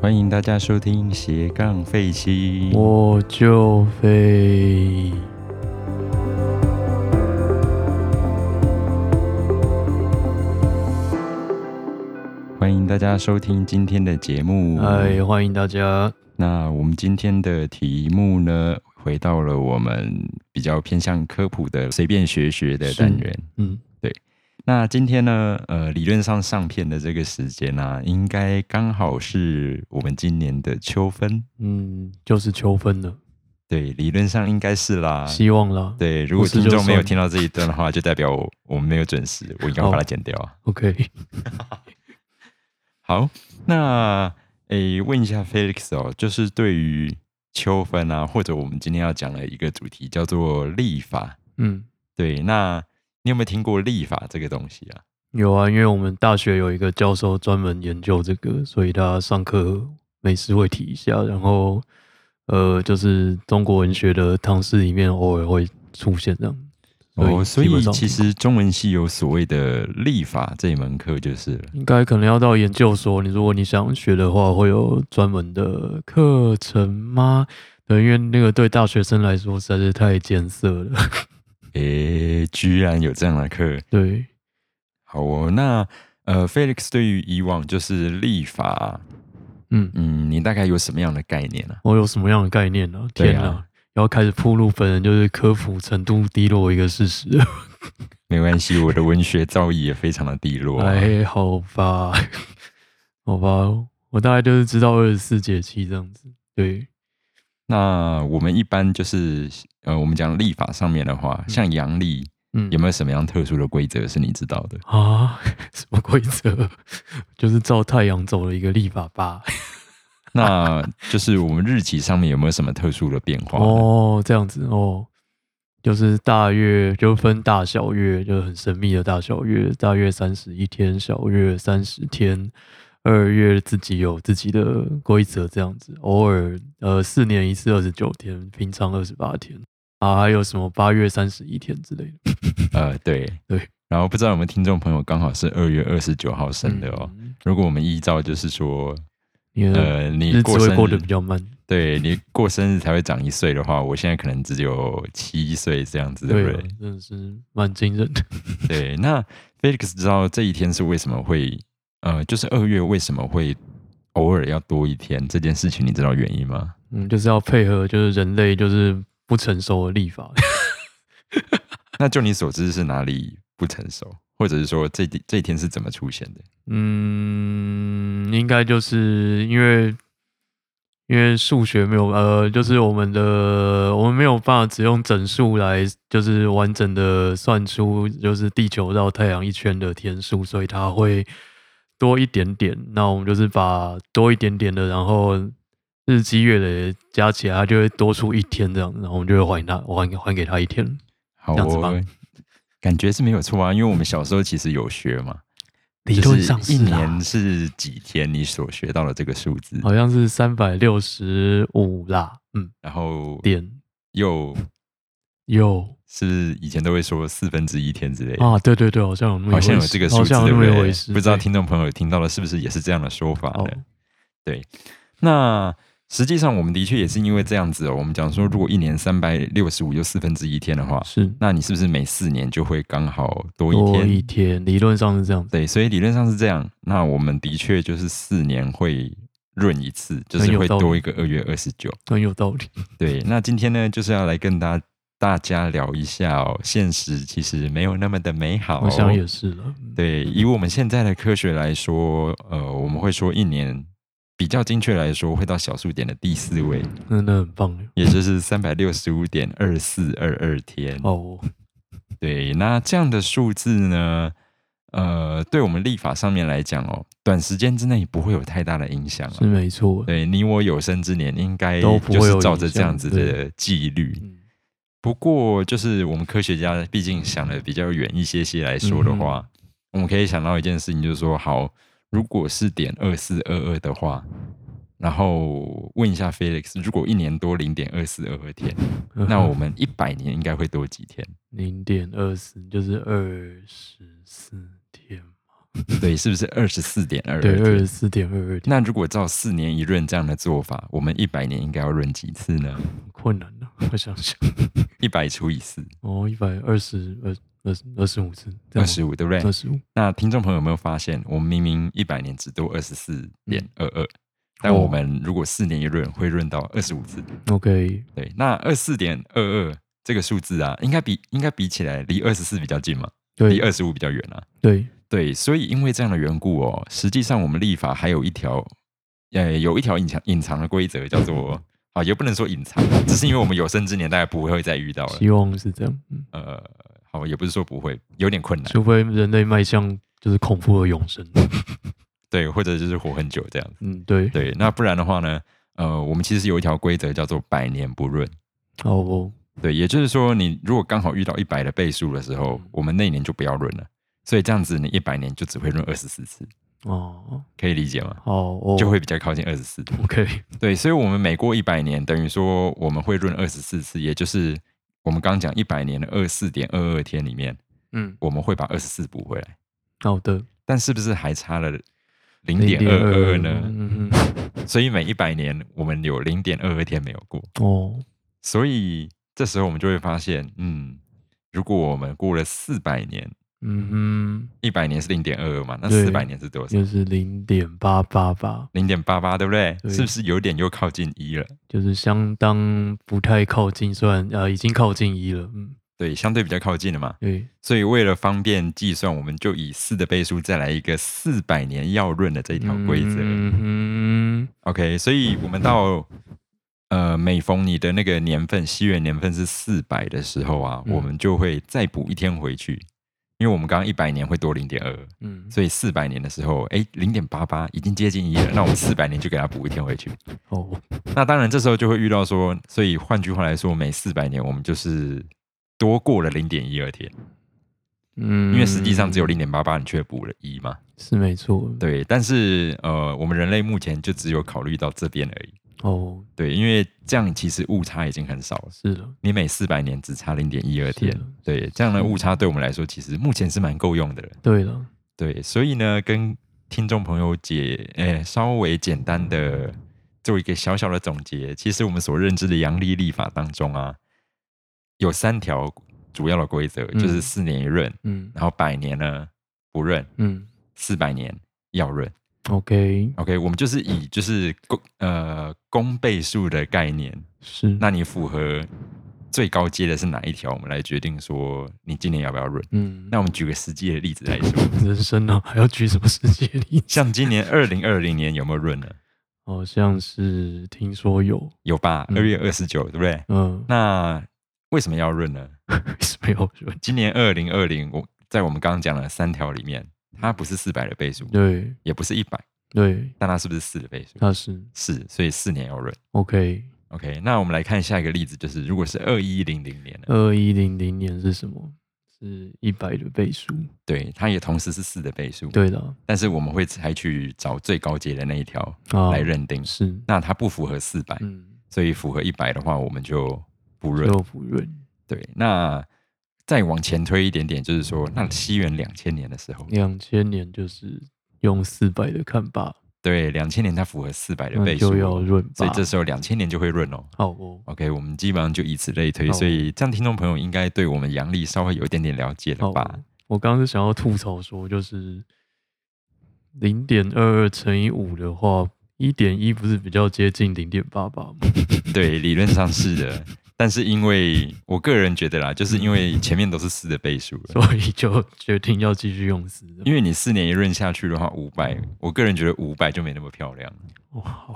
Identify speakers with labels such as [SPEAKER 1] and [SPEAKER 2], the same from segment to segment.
[SPEAKER 1] 欢迎大家收听斜杠废期。
[SPEAKER 2] 我就飞。
[SPEAKER 1] 欢迎大家收听今天的节目。
[SPEAKER 2] 哎，欢迎大家。
[SPEAKER 1] 那我们今天的题目呢，回到了我们比较偏向科普的随便学学的单元。
[SPEAKER 2] 嗯，
[SPEAKER 1] 那今天呢，呃，理论上上片的这个时间呢、啊，应该刚好是我们今年的秋分。
[SPEAKER 2] 嗯，就是秋分了，
[SPEAKER 1] 对，理论上应该是啦。
[SPEAKER 2] 希望啦。
[SPEAKER 1] 对，如果
[SPEAKER 2] 不是
[SPEAKER 1] 听
[SPEAKER 2] 就
[SPEAKER 1] 众没有
[SPEAKER 2] 算
[SPEAKER 1] 听到这一段的话，就代表我我们没有准时，我应该会把它剪掉啊。
[SPEAKER 2] OK，
[SPEAKER 1] 好，那诶，问一下 Felix 哦，就是对于秋分啊，或者我们今天要讲的一个主题叫做历法，
[SPEAKER 2] 嗯，
[SPEAKER 1] 对，那你有没有听过历法这个东西啊？
[SPEAKER 2] 有啊，因为我们大学有一个教授专门研究这个，所以他上课没事会提一下。然后，呃，就是中国文学的唐诗里面偶尔会出现这样。
[SPEAKER 1] 哦，所
[SPEAKER 2] 基
[SPEAKER 1] 以
[SPEAKER 2] 本上
[SPEAKER 1] 其实中文系有所谓的历法这一门课就是了。
[SPEAKER 2] 应该可能要到研究所，你如果你想学的话，会有专门的课程吗？对，因为那个对大学生来说实在是太艰涩了。
[SPEAKER 1] 诶，居然有这样的课，
[SPEAKER 2] 对，
[SPEAKER 1] 好哦。那呃，Felix 对于以往就是历法，
[SPEAKER 2] 嗯，
[SPEAKER 1] 嗯，你大概有什么样的概念啊？
[SPEAKER 2] 我有什么样的概念呢、
[SPEAKER 1] 对啊
[SPEAKER 2] 天哪、然后开始铺路，本人就是科普程度低落一个事实。
[SPEAKER 1] 没关系，我的文学造诣也非常的低落啊、
[SPEAKER 2] 哎，好吧， 好吧，我大概就是知道二十四节气这样子。对，
[SPEAKER 1] 那我们一般就是呃，我们讲历法上面的话，像阳历
[SPEAKER 2] 嗯，
[SPEAKER 1] 有没有什么样特殊的规则是你知道 的？
[SPEAKER 2] 啊？什么规则？ 就是照太阳走了一个历法吧。
[SPEAKER 1] 那就是我们日期上面有没有什么特殊的变化？哦，
[SPEAKER 2] 哦，这样子哦，就是大月就分大小月，就很神秘的大小月，大月三十一天，小月三十天。二月自己有自己的规则，这样子，偶尔呃四年一次二十九天，平常二十八天啊，还有什么八月三十一天之类的，
[SPEAKER 1] 呃，对
[SPEAKER 2] 对。
[SPEAKER 1] 然后不知道有没有听众朋友刚好是二月二十九号生的哦。
[SPEAKER 2] 嗯，
[SPEAKER 1] 如果我们依照就是说，
[SPEAKER 2] 你的
[SPEAKER 1] 呃，
[SPEAKER 2] 日
[SPEAKER 1] 你
[SPEAKER 2] 子
[SPEAKER 1] 过
[SPEAKER 2] 会
[SPEAKER 1] 生
[SPEAKER 2] 过得
[SPEAKER 1] 日
[SPEAKER 2] 比，较慢，
[SPEAKER 1] 对你过生日才会长一岁的话，我现在可能只有七岁这样子，对不
[SPEAKER 2] 对啊
[SPEAKER 1] 对？，
[SPEAKER 2] 真的是蛮惊人的。
[SPEAKER 1] 对，那 Felix 知道这一天是为什么会，呃，就是二月为什么会偶尔要多一天这件事情，你知道原因吗？
[SPEAKER 2] 嗯，就是要配合，就是人类就是不成熟的立法，
[SPEAKER 1] 那就你所知是哪里不成熟，或者是说这一这一天是怎么出现的？
[SPEAKER 2] 嗯，应该就是因为因为数学没有呃，就是我们的我们没有办法只用整数来，就是完整的算出就是地球绕太阳一圈的天数，所以它会多一点点。那我们就是把多一点点的，然后日积月累加起来，它就会多出一天这样，然后我们就会还它还还给它一天。
[SPEAKER 1] 好
[SPEAKER 2] 这样子吗
[SPEAKER 1] 哦，感觉是没有错啊，因为我们小时候其实有学嘛，
[SPEAKER 2] 理论上
[SPEAKER 1] 就是一
[SPEAKER 2] 啦哦
[SPEAKER 1] 年是几天，你所学到的这个数字，
[SPEAKER 2] 好像是三百六十五啦，嗯，
[SPEAKER 1] 然后
[SPEAKER 2] 点
[SPEAKER 1] 又
[SPEAKER 2] 有。
[SPEAKER 1] 是以前都会说四分之一天之类的。
[SPEAKER 2] 啊，对对对，好像有那么一
[SPEAKER 1] 好像有
[SPEAKER 2] 回事
[SPEAKER 1] 这个数
[SPEAKER 2] 好
[SPEAKER 1] 字，
[SPEAKER 2] 像
[SPEAKER 1] 对
[SPEAKER 2] 有那
[SPEAKER 1] 不
[SPEAKER 2] 么一
[SPEAKER 1] 对
[SPEAKER 2] 回？事，
[SPEAKER 1] 不知道
[SPEAKER 2] 对
[SPEAKER 1] 听众朋友听到了是不是也是这样的说法呢？
[SPEAKER 2] 哦
[SPEAKER 1] 那实际上，我们的确也是因为这样子哦。我们讲说，如果一年三百六十五又四分之一天的话，
[SPEAKER 2] 是
[SPEAKER 1] 啊那你是不是每四年就会刚好多一
[SPEAKER 2] 多
[SPEAKER 1] 天？
[SPEAKER 2] 一天，理论上是这样子，
[SPEAKER 1] 对，所以理论上是这样。那我们的确就是四年会闰一次，就是
[SPEAKER 2] 很
[SPEAKER 1] 会
[SPEAKER 2] 有道理
[SPEAKER 1] 多一个二月二十九。
[SPEAKER 2] 很有道理。
[SPEAKER 1] 对，那今天呢，就是要来跟大大家聊一下哦，现实其实没有那么的美好。
[SPEAKER 2] 我想也是了，嗯，
[SPEAKER 1] 对，以我们现在的科学来说，呃，我们会说一年比较精确来说会到小数点的第四位，
[SPEAKER 2] 真的很棒耶
[SPEAKER 1] 也就是三百六十五点二四二二天。
[SPEAKER 2] 哦，
[SPEAKER 1] 对，那这样的数字呢，呃，对我们立法上面来讲哦，短时间之内不会有太大的影响、
[SPEAKER 2] 是
[SPEAKER 1] 啊。
[SPEAKER 2] 没错，
[SPEAKER 1] 对你我有生之年，应该
[SPEAKER 2] 都不
[SPEAKER 1] 就
[SPEAKER 2] 会
[SPEAKER 1] 是
[SPEAKER 2] 有
[SPEAKER 1] 照
[SPEAKER 2] 影
[SPEAKER 1] 着这
[SPEAKER 2] 响
[SPEAKER 1] 样子
[SPEAKER 2] 对
[SPEAKER 1] 的纪律。
[SPEAKER 2] 嗯
[SPEAKER 1] 不过，就是我们科学家毕竟想的比较远一些些来说的话，
[SPEAKER 2] 嗯
[SPEAKER 1] 我们可以想到一件事情，就是说，好，如果是点二四二二的话，然后问一下 Felix，如果一年多零点二四二二天，
[SPEAKER 2] 嗯
[SPEAKER 1] 那我们一百年应该会 多几天？
[SPEAKER 2] 零点二十就是二十四天，
[SPEAKER 1] 所以是不是二十四点二？
[SPEAKER 2] 对，二十四点二二，
[SPEAKER 1] 那如果照四年一闰这样的做法，我们一百年应该要闰几次呢？
[SPEAKER 2] 困难了、 我想想，
[SPEAKER 1] 一百除以四，
[SPEAKER 2] 哦，一百二十二二二十五次，
[SPEAKER 1] 二十五，对不对？
[SPEAKER 2] 二十五，
[SPEAKER 1] 那听众朋友有没有发现，我们明明一百年只多二十四点二二，
[SPEAKER 2] 嗯
[SPEAKER 1] 但我们如果四年一闰，会闰到二十五次。
[SPEAKER 2] OK，
[SPEAKER 1] 对，那二四点二二这个数字啊，应该比应该比起来离二十四比较近嘛，离
[SPEAKER 2] 对
[SPEAKER 1] 二十五比较远啊。
[SPEAKER 2] 对，
[SPEAKER 1] 对，所以因为这样的缘故哦，实际上我们立法还有一条，呃，有一条隐藏隐藏的规则叫 做啊，也不能说隐藏，只是因为我们有生之年大概不会再遇到了。
[SPEAKER 2] 希望是这样，嗯，
[SPEAKER 1] 呃，好，也不是说不会，有点困难，
[SPEAKER 2] 除非人类迈向就是恐怖的永生，
[SPEAKER 1] 对，或者就是活很久这样子。
[SPEAKER 2] 嗯， 对，
[SPEAKER 1] 对，那不然的话呢，呃，我们其实有一条规则叫做百年不闰。
[SPEAKER 2] 好哦，
[SPEAKER 1] 对，也就是说，你如果刚好遇到一百的倍数的时候，
[SPEAKER 2] 嗯
[SPEAKER 1] 我们那一年就不要闰了。所以这样子，你一百年就只会闰二十四次，
[SPEAKER 2] 哦，
[SPEAKER 1] 可以理解吗？
[SPEAKER 2] 好哦，
[SPEAKER 1] 就会比较靠近二十四。
[SPEAKER 2] OK，
[SPEAKER 1] 对，所以我们每过一百年，等于说我们会闰二十四次，也就是我们刚讲一百年的二四点二二天里面，
[SPEAKER 2] 嗯，
[SPEAKER 1] 我们会把二十四补回来。
[SPEAKER 2] 好的，
[SPEAKER 1] 但是不是还差了零点二二二呢？
[SPEAKER 2] 嗯嗯，
[SPEAKER 1] 所以每一百年我们有零点二二天没有过，
[SPEAKER 2] 哦，
[SPEAKER 1] 所以这时候我们就会发现，嗯，如果我们过了四百年，
[SPEAKER 2] 嗯
[SPEAKER 1] 一百年是零点二二嘛，那
[SPEAKER 2] 对
[SPEAKER 1] 四百年是多
[SPEAKER 2] 哼，
[SPEAKER 1] 少？
[SPEAKER 2] 就是零点八八八，
[SPEAKER 1] 零点八八，对不对？
[SPEAKER 2] 对
[SPEAKER 1] 是不是有点又靠近一了？
[SPEAKER 2] 就是相当不太靠近，虽然呃已经靠近一了，嗯，
[SPEAKER 1] 对，相对比较靠近了嘛。
[SPEAKER 2] 对，
[SPEAKER 1] 所以为了方便计算，我们就以四的倍数再来一个四百年要闰的这一条规则。
[SPEAKER 2] 嗯哼，
[SPEAKER 1] OK，所以我们到呃每逢你的那个年份，西元年份是四百的时候啊，
[SPEAKER 2] 嗯
[SPEAKER 1] 我们就会再补一天回去，因为我们刚刚一百年会多零点二，
[SPEAKER 2] 嗯，
[SPEAKER 1] 所以四百年的时候，哎，零点八八已经接近一了，那我们四百年就给它补一天回去。
[SPEAKER 2] 哦，
[SPEAKER 1] 那当然这时候就会遇到说，所以换句话来说，每四百年我们就是多过了零点一二天。
[SPEAKER 2] 嗯，
[SPEAKER 1] 因为实际上只有零点八八，你却补了一嘛。
[SPEAKER 2] 是没错，，
[SPEAKER 1] 对，但是呃，我们人类目前就只有考虑到这边而已。
[SPEAKER 2] 哦，
[SPEAKER 1] 对，因为这样其实误差已经很少了，
[SPEAKER 2] 是的，
[SPEAKER 1] 你每四百年只差零点一二
[SPEAKER 2] 是
[SPEAKER 1] 天
[SPEAKER 2] 的。
[SPEAKER 1] 对，这样的误差对我们来说，其实目前是蛮够用的了。
[SPEAKER 2] 对了，
[SPEAKER 1] 对，所以呢，跟听众朋友解，诶，稍微简单的做一个小小的总结。其实我们所认知的阳历历法当中啊，有三条主要的规则，就是
[SPEAKER 2] 嗯
[SPEAKER 1] 四年一闰，
[SPEAKER 2] 嗯
[SPEAKER 1] 然后百年呢不闰，
[SPEAKER 2] 嗯
[SPEAKER 1] 四百年要闰。
[SPEAKER 2] ，OK，
[SPEAKER 1] OK，我们就是
[SPEAKER 2] 嗯
[SPEAKER 1] 以就是公呃公倍数的概念，
[SPEAKER 2] 是，
[SPEAKER 1] 那你符合最高阶的是哪一条？我们来决定说你今年要不要闰。
[SPEAKER 2] 嗯，
[SPEAKER 1] 那我们举个实际的例子来说，
[SPEAKER 2] 人生呢还要举什么世界例子？
[SPEAKER 1] 像今年二零二零年有没有闰呢？
[SPEAKER 2] 好像是听说有，
[SPEAKER 1] 有吧，
[SPEAKER 2] 嗯
[SPEAKER 1] 二月二十九，对不对？
[SPEAKER 2] 嗯，
[SPEAKER 1] 那为什么要闰呢？
[SPEAKER 2] 是没有人，
[SPEAKER 1] 今年二零二零，我在我们刚刚讲的三条里面，它不是四百的倍数，
[SPEAKER 2] 对嗯
[SPEAKER 1] 也不是一百，
[SPEAKER 2] 对，
[SPEAKER 1] 但它是不是四的倍数？
[SPEAKER 2] 那是
[SPEAKER 1] 是，所以四年要闰。
[SPEAKER 2] OK，
[SPEAKER 1] OK，那我们来看下一个例子，就是如果是二一零零年呢，
[SPEAKER 2] 二一零零年是什么？是一百的倍数，
[SPEAKER 1] 对，它也同时是四的倍数，，
[SPEAKER 2] 对的
[SPEAKER 1] 但是我们会采取找最高阶的那一条
[SPEAKER 2] 啊，
[SPEAKER 1] 来认定，
[SPEAKER 2] 是，
[SPEAKER 1] 那它不符合四百、
[SPEAKER 2] 嗯，
[SPEAKER 1] 所以符合一百的话，我们就不认。
[SPEAKER 2] 六福润
[SPEAKER 1] 对，那再往前推一点点，就是说，那西元两千年的时候，
[SPEAKER 2] 两千年就是用四百的看吧，
[SPEAKER 1] 对，两千年它符合四百的
[SPEAKER 2] 那
[SPEAKER 1] 倍数
[SPEAKER 2] 就要
[SPEAKER 1] 哦，
[SPEAKER 2] 润
[SPEAKER 1] 所
[SPEAKER 2] 吧
[SPEAKER 1] 以，这时候两千年就会润哦。
[SPEAKER 2] 好哦，
[SPEAKER 1] OK，我们基本上就以此类推，
[SPEAKER 2] 好
[SPEAKER 1] 所以这样听众朋友应该对我们阳历稍微有一点点了解
[SPEAKER 2] 好
[SPEAKER 1] 了吧？
[SPEAKER 2] 哦。我刚刚是想要吐槽说，就是零点二二乘以五的话，一点一不是比较接近零点八八吗？
[SPEAKER 1] 对，理论上是的，但是因为我个人觉得啦，就是因为前面都是四的倍数了，
[SPEAKER 2] 所以就决定要继续用四的。
[SPEAKER 1] 因为你四年一闰下去的话，五百，
[SPEAKER 2] 嗯
[SPEAKER 1] 我个人觉得五百就没那么漂亮。
[SPEAKER 2] 哇， 好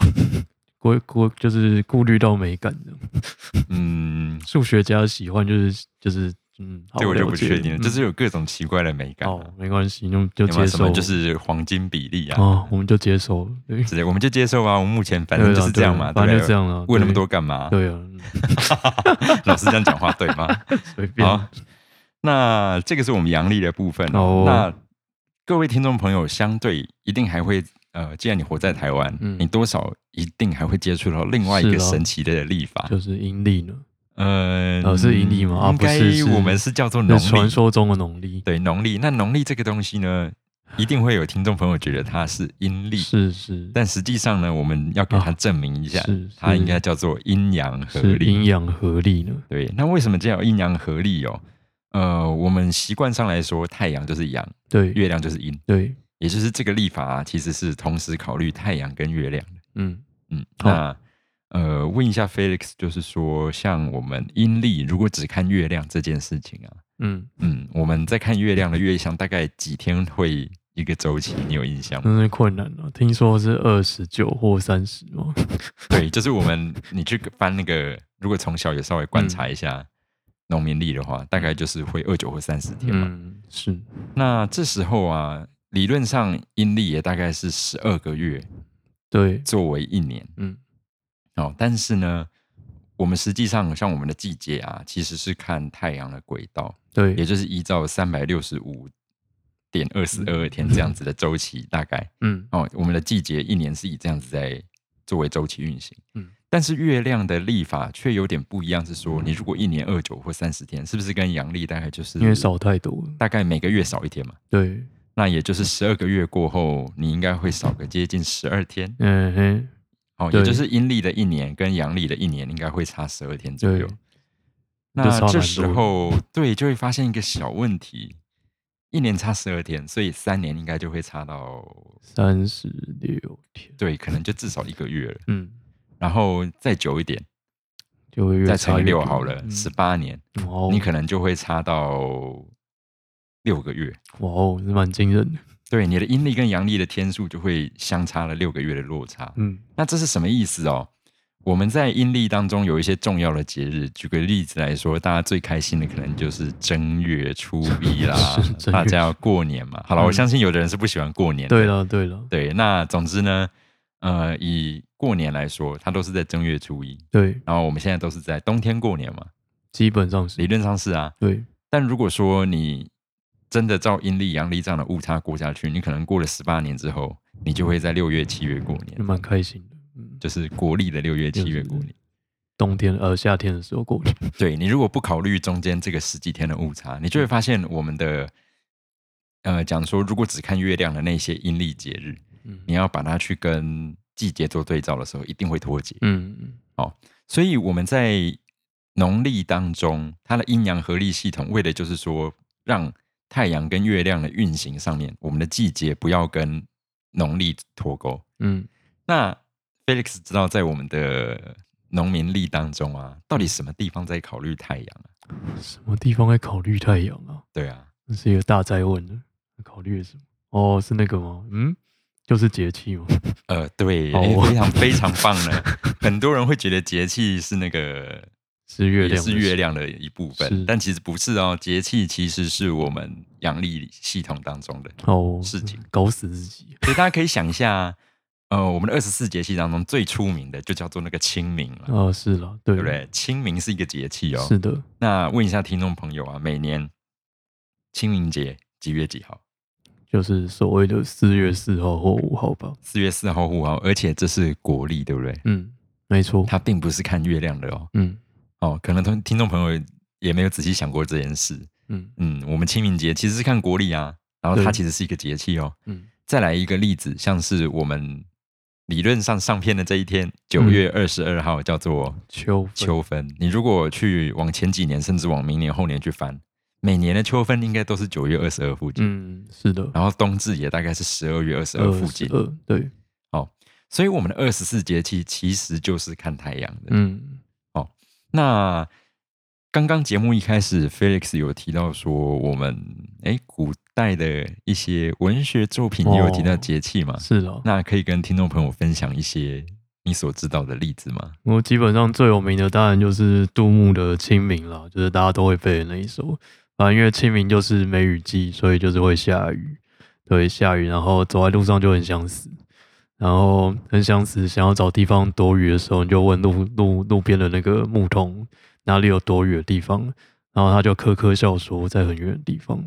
[SPEAKER 2] 顾顾就是顾虑到美感的，
[SPEAKER 1] 嗯，
[SPEAKER 2] 数学家喜欢就是就是嗯，好
[SPEAKER 1] 这我就不
[SPEAKER 2] 了解
[SPEAKER 1] 确定了，
[SPEAKER 2] 嗯哦
[SPEAKER 1] 就是有各种奇怪的美感啊、
[SPEAKER 2] 好，没关系，那我们就
[SPEAKER 1] 有没有
[SPEAKER 2] 接
[SPEAKER 1] 什么
[SPEAKER 2] 受，
[SPEAKER 1] 就是黄金比例啊
[SPEAKER 2] 哦，我们就接受，对，
[SPEAKER 1] 之类，我们就接受啊吧。我们目前反正就是这样嘛，
[SPEAKER 2] 对啊对啊反
[SPEAKER 1] 对
[SPEAKER 2] 正
[SPEAKER 1] 不
[SPEAKER 2] 就这
[SPEAKER 1] 对？
[SPEAKER 2] 样了，
[SPEAKER 1] 问那么
[SPEAKER 2] 对
[SPEAKER 1] 多，干嘛？
[SPEAKER 2] 对啊，嗯
[SPEAKER 1] 老师这样讲话对 吗？
[SPEAKER 2] 随便，
[SPEAKER 1] 好，那这个是我们阳历的部分
[SPEAKER 2] 哦
[SPEAKER 1] 哦。那各位听众朋友，相对一定还会呃，既然你活在台湾，
[SPEAKER 2] 嗯
[SPEAKER 1] 你多少一定还会接触到另外一
[SPEAKER 2] 是
[SPEAKER 1] 个
[SPEAKER 2] 咯
[SPEAKER 1] 神奇的历法。
[SPEAKER 2] 就是阴历呢，
[SPEAKER 1] 呃
[SPEAKER 2] 哦是阴历吗啊
[SPEAKER 1] 应
[SPEAKER 2] 不
[SPEAKER 1] 该
[SPEAKER 2] 是是
[SPEAKER 1] 我们是叫做农
[SPEAKER 2] 那传
[SPEAKER 1] 历，
[SPEAKER 2] 说中的农历，
[SPEAKER 1] 对农历。那农历这个东西呢，一定会有听众朋友觉得它是阴历，
[SPEAKER 2] 是是，
[SPEAKER 1] 但实际上呢，我们要给它证明一下，
[SPEAKER 2] 啊是是
[SPEAKER 1] 它应该叫做阴阳合
[SPEAKER 2] 是阴
[SPEAKER 1] 历。
[SPEAKER 2] 阳合力呢？
[SPEAKER 1] 对，那为什么叫阴阳合历哦？呃，我们习惯上来说，太阳就是阳，
[SPEAKER 2] 对
[SPEAKER 1] 月亮就是阴，
[SPEAKER 2] 对，
[SPEAKER 1] 也就是这个历法、啊、其实是同时考虑太阳跟月亮的。
[SPEAKER 2] 嗯
[SPEAKER 1] 嗯，
[SPEAKER 2] 好
[SPEAKER 1] 那、呃，问一下 Felix，就是说，像我们阴历如果只看月亮这件事情啊，
[SPEAKER 2] 嗯，
[SPEAKER 1] 嗯，我们在看月亮的月相，大概几天会一个周期？你有印象吗？
[SPEAKER 2] 真是困难了。听说是二十九或三十哦嘛，
[SPEAKER 1] 对，就是我们 你去翻那个，如果从小有稍微观察一下农民历的话，大概就是会二九或三十 天嘛。
[SPEAKER 2] 嗯，是
[SPEAKER 1] 那这时候啊，理论上阴历也大概是十二个月
[SPEAKER 2] 对，
[SPEAKER 1] 作为一年
[SPEAKER 2] 嗯
[SPEAKER 1] 哦，但是呢，我们实际上像我们的季节啊，其实是看太阳的轨道，也
[SPEAKER 2] 对，
[SPEAKER 1] 就是依照三百六十五点二四二二天这样子的周期，大概。
[SPEAKER 2] 嗯
[SPEAKER 1] 哦，我们的季节一年是以这样子在作为周期运行。
[SPEAKER 2] 嗯，
[SPEAKER 1] 但是月亮的历法却有点不一样，是说你如果一年二九或三十天，是不是跟阳历大概就是
[SPEAKER 2] 因为少太多了，
[SPEAKER 1] 大概每个月少一天嘛？
[SPEAKER 2] 对，
[SPEAKER 1] 那也就是十二个月过后，你应该会少个接近十二天。
[SPEAKER 2] 嗯嘿，
[SPEAKER 1] 哦，
[SPEAKER 2] 对
[SPEAKER 1] 也就是阴历的一年跟阳历的一年应该会差十二天左右
[SPEAKER 2] 对。就
[SPEAKER 1] 那
[SPEAKER 2] 差蛮
[SPEAKER 1] 这
[SPEAKER 2] 多
[SPEAKER 1] 时候对就会发现一个小问题，一年差十二天，所以三年应该就会差到
[SPEAKER 2] 三十六天，
[SPEAKER 1] 对，可能就至少一个月了。
[SPEAKER 2] 嗯，
[SPEAKER 1] 然后再久一点，
[SPEAKER 2] 就会越
[SPEAKER 1] 再
[SPEAKER 2] 差
[SPEAKER 1] 乘以
[SPEAKER 2] 越
[SPEAKER 1] 六
[SPEAKER 2] 多
[SPEAKER 1] 好了，
[SPEAKER 2] 嗯
[SPEAKER 1] 十八年，
[SPEAKER 2] 哇哦
[SPEAKER 1] 你可能就会差到六个月。
[SPEAKER 2] 哇哦，是蛮惊人的，
[SPEAKER 1] 对，你的阴历跟阳历的天数就会相差了六个月的落差。
[SPEAKER 2] 嗯
[SPEAKER 1] 那这是什么意思哦？我们在阴历当中有一些重要的节日，举个例子来说，大家最开心的可能就是正月初 一啦
[SPEAKER 2] 是，正
[SPEAKER 1] 大
[SPEAKER 2] 月
[SPEAKER 1] 家要过年嘛。好了，我
[SPEAKER 2] 嗯
[SPEAKER 1] 相信有的人是不喜欢过年，
[SPEAKER 2] 对了对了
[SPEAKER 1] 对。那总之呢，呃，以过年来说，它都是在正月初一，
[SPEAKER 2] 对，
[SPEAKER 1] 然后我们现在都是在冬天过年嘛，
[SPEAKER 2] 基本上是
[SPEAKER 1] 理论上是啊。
[SPEAKER 2] 对，
[SPEAKER 1] 但如果说你真的照阴历、阳历这样的误差过下去，你可能过了十八年之后，你就会在六月、七月过
[SPEAKER 2] 就
[SPEAKER 1] 年，
[SPEAKER 2] 蛮开心的，嗯，
[SPEAKER 1] 就是国历的六月、七月过年。
[SPEAKER 2] 冬天呃夏天的时候过年，
[SPEAKER 1] 对你如果不考虑中间这个十几天的误差，你就会发现我们的呃讲说，如果只看月亮的那些阴历节日，
[SPEAKER 2] 嗯
[SPEAKER 1] 你要把它去跟季节做对照的时候，一定会脱节。
[SPEAKER 2] 嗯嗯
[SPEAKER 1] 所以我们在农历当中，它的阴阳合历系统，为的就是说，让太阳跟月亮的运行上面，我们的季节不要跟农历脱钩。
[SPEAKER 2] 嗯，
[SPEAKER 1] 那 Felix 知道，在我们的农民历当中啊，到底什么地方在考虑太阳啊？
[SPEAKER 2] 什么地方在考虑太阳啊？
[SPEAKER 1] 对啊，
[SPEAKER 2] 这是一个大灾问的，考虑了什么？哦，是那个吗？嗯，就是节 气吗？
[SPEAKER 1] 呃，对，
[SPEAKER 2] 哦
[SPEAKER 1] 诶
[SPEAKER 2] 我
[SPEAKER 1] 非常非常棒 呢。很多人会觉得节气是那个
[SPEAKER 2] 是月
[SPEAKER 1] 也
[SPEAKER 2] 亮，
[SPEAKER 1] 是月，亮的一部分
[SPEAKER 2] 是，
[SPEAKER 1] 但其实不是哦。节气其实是我们阳历系统当中的
[SPEAKER 2] 哦，
[SPEAKER 1] 事情
[SPEAKER 2] 搞死自己，
[SPEAKER 1] 所以大家可以想一下，呃，我们的二十四节气当中最出名的就叫做那个清明了，
[SPEAKER 2] 啊，是了，对
[SPEAKER 1] 对不对？清明是一个节气哦。
[SPEAKER 2] 是的，
[SPEAKER 1] 那问一下听众朋友啊，每年清明节几月几号？
[SPEAKER 2] 就是所谓的四月四号或五号吧。
[SPEAKER 1] 四月四号、五号，而且这是国历，对不对？
[SPEAKER 2] 嗯，没错。
[SPEAKER 1] 它并不是看月亮的哦。
[SPEAKER 2] 嗯
[SPEAKER 1] 哦，可能同听众朋友也没有仔细想过这件事。
[SPEAKER 2] 嗯
[SPEAKER 1] 嗯，我们清明节其实是看国历啊，然后它
[SPEAKER 2] 对
[SPEAKER 1] 其实是一个节气哦。
[SPEAKER 2] 嗯，
[SPEAKER 1] 再来一个例子，像是我们理论上上片的这一天，九
[SPEAKER 2] 嗯
[SPEAKER 1] 月二十二号叫做
[SPEAKER 2] 秋分
[SPEAKER 1] 秋分。你如果去往前几年，甚至往明年、后年去翻，每年的秋分应该都是九月二十二附近，
[SPEAKER 2] 嗯，是的，
[SPEAKER 1] 然后冬至也大概是十二月二十二附近。
[SPEAKER 2] 二对，
[SPEAKER 1] 所以我们的二十四节气其实就是看太阳的。
[SPEAKER 2] 嗯
[SPEAKER 1] 那刚刚节目一开始，Felix 有提到说，我们哎古代的一些文学作品也有提到节气嘛？
[SPEAKER 2] 是的。
[SPEAKER 1] 那可以跟听众朋友分享一些你所知道的例子吗？
[SPEAKER 2] 我基本上最有名的当然就是杜牧的《清明》啦，就是大家都会背的那一首。反正因为清明就是梅雨季，所以就是会下雨，对，下雨，然后走在路上就很想死，然后很想死，想要找地方躲雨的时候，你就问路路路边的那个牧童哪里有躲雨的地方，然后他就呵呵笑说在很远的地方，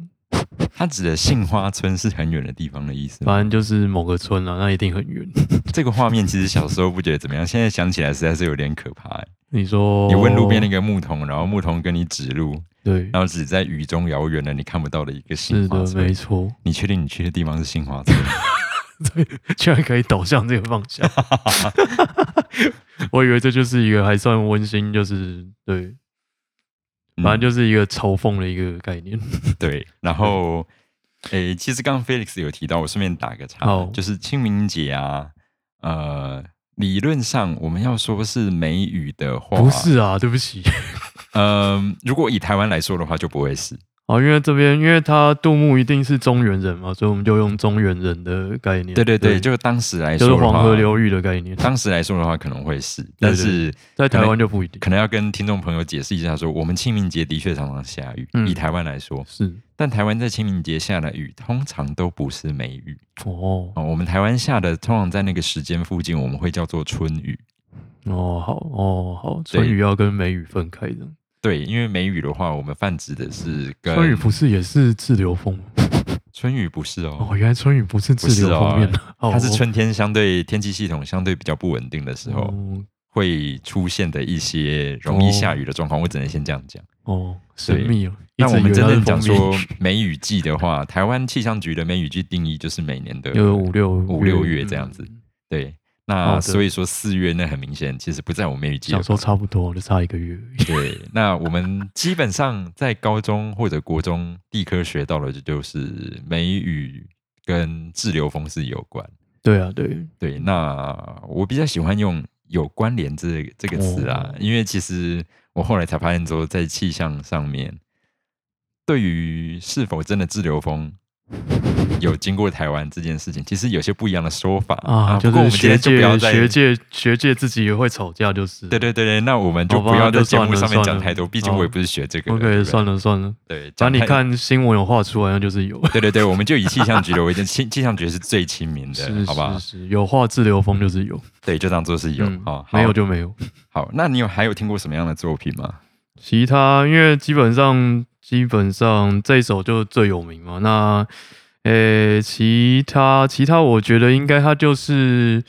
[SPEAKER 1] 他指的杏花村是很远的地方的意思吗？
[SPEAKER 2] 反正就是某个村啦，那一定很远。
[SPEAKER 1] 这个画面其实小时候不觉得怎么样，现在想起来实在是有点可怕欸。
[SPEAKER 2] 你说
[SPEAKER 1] 你问路边那个牧童，然后牧童跟你指路，
[SPEAKER 2] 对，
[SPEAKER 1] 然后只在雨中遥远的你看不到的一个
[SPEAKER 2] 是
[SPEAKER 1] 杏花
[SPEAKER 2] 的，
[SPEAKER 1] 村
[SPEAKER 2] 没。错，
[SPEAKER 1] 你确定你去的地方是嗯杏 花村？
[SPEAKER 2] 居然可以导向这个方向， 我以为这就是一个还算温馨，就是对，
[SPEAKER 1] 嗯
[SPEAKER 2] 反正就是一个嘲讽的一个概念。
[SPEAKER 1] 对，然后，诶、其实刚刚 Felix 有提到，我顺便打个岔
[SPEAKER 2] 好，
[SPEAKER 1] 就是清明节啊，呃，理论上我们要说是梅雨的话，
[SPEAKER 2] 不，是啊，对不起
[SPEAKER 1] 呃，如果以台湾来说的话，就不会是，
[SPEAKER 2] 啊，因为这边因为他杜牧一定是中原人嘛，所以我们就用中原人的概念。
[SPEAKER 1] 对对对，就当时来
[SPEAKER 2] 就
[SPEAKER 1] 说
[SPEAKER 2] 是
[SPEAKER 1] 的话，
[SPEAKER 2] 黄河流域的概念，
[SPEAKER 1] 当时来说的话可能会是，但是
[SPEAKER 2] 在台湾就不一定。
[SPEAKER 1] 可能要跟听众朋友解释一下说我们清明节的确常常下雨，
[SPEAKER 2] 嗯
[SPEAKER 1] 以台湾来说，
[SPEAKER 2] 是
[SPEAKER 1] 但台湾在清明节下的雨通常都不是梅雨
[SPEAKER 2] 哦
[SPEAKER 1] 哦，我们台湾下的通常在那个时间附近，我们会叫做春雨。
[SPEAKER 2] 哦好哦好，春雨要跟梅雨分开的。
[SPEAKER 1] 对，因为梅雨的话，我们泛指的是跟
[SPEAKER 2] 春雨不是也是滞留风吗
[SPEAKER 1] 春雨不是哦，
[SPEAKER 2] 哦？原来春雨不是滞留风面的， 哦
[SPEAKER 1] 它是春天相对天气系统相对比较不稳定的时候、
[SPEAKER 2] 哦
[SPEAKER 1] 会出现的一些容易下雨的状况。我只能先这样讲。
[SPEAKER 2] 哦，神秘哦。一
[SPEAKER 1] 那
[SPEAKER 2] 直
[SPEAKER 1] 我
[SPEAKER 2] 以为
[SPEAKER 1] 们真
[SPEAKER 2] 它是
[SPEAKER 1] 正讲
[SPEAKER 2] 封面
[SPEAKER 1] 说梅雨季的话，台湾气象局的梅雨季定义就是每年的
[SPEAKER 2] 有五六
[SPEAKER 1] 五六月这样子
[SPEAKER 2] 嗯
[SPEAKER 1] 对。
[SPEAKER 2] 好
[SPEAKER 1] 那
[SPEAKER 2] 的
[SPEAKER 1] 所以说四月那很明显，其实不在我们梅雨季的
[SPEAKER 2] 想说差不多，就差一个月而已。
[SPEAKER 1] 对，那我们基本上在高中或者国中地科学到的就是梅雨跟滞留风是有关。
[SPEAKER 2] 对啊，对，
[SPEAKER 1] 对，那我比较喜欢用“有关联”这这个词啊，
[SPEAKER 2] 哦
[SPEAKER 1] 因为其实我后来才发现说，在气象上面，对于是否真的滞留风有经过台湾这件事情，其实有些不一样的说法
[SPEAKER 2] 啊，
[SPEAKER 1] 不
[SPEAKER 2] 就
[SPEAKER 1] 过我
[SPEAKER 2] 是
[SPEAKER 1] 们今天
[SPEAKER 2] 学
[SPEAKER 1] 就不要
[SPEAKER 2] 界
[SPEAKER 1] 再
[SPEAKER 2] 学界学界自己也会吵架，就是
[SPEAKER 1] 对对对对，那我们就
[SPEAKER 2] 好吧
[SPEAKER 1] 不要
[SPEAKER 2] 那就
[SPEAKER 1] 在节
[SPEAKER 2] 算
[SPEAKER 1] 目
[SPEAKER 2] 了
[SPEAKER 1] 上面
[SPEAKER 2] 算
[SPEAKER 1] 讲
[SPEAKER 2] 了
[SPEAKER 1] 太多，毕竟
[SPEAKER 2] 哦
[SPEAKER 1] 我也不是学这个的。对
[SPEAKER 2] ，OK，
[SPEAKER 1] 不对
[SPEAKER 2] 算了算了，
[SPEAKER 1] 对，
[SPEAKER 2] 反
[SPEAKER 1] 讲
[SPEAKER 2] 正你
[SPEAKER 1] 太
[SPEAKER 2] 看新闻有画出来，那就是有。
[SPEAKER 1] 对对对，我们就以气象局的为准，气气象局是最亲民的，
[SPEAKER 2] 是
[SPEAKER 1] 好不好
[SPEAKER 2] 是？是，有画滞留风就是有，
[SPEAKER 1] 对，就当做是有
[SPEAKER 2] 嗯
[SPEAKER 1] 哦，好
[SPEAKER 2] 没有就没有。
[SPEAKER 1] 好。那你有还有听过什么样的作品吗？
[SPEAKER 2] 其他因为基本上基本上这一首就最有名嘛。那呃、其他其他我觉得应该他就是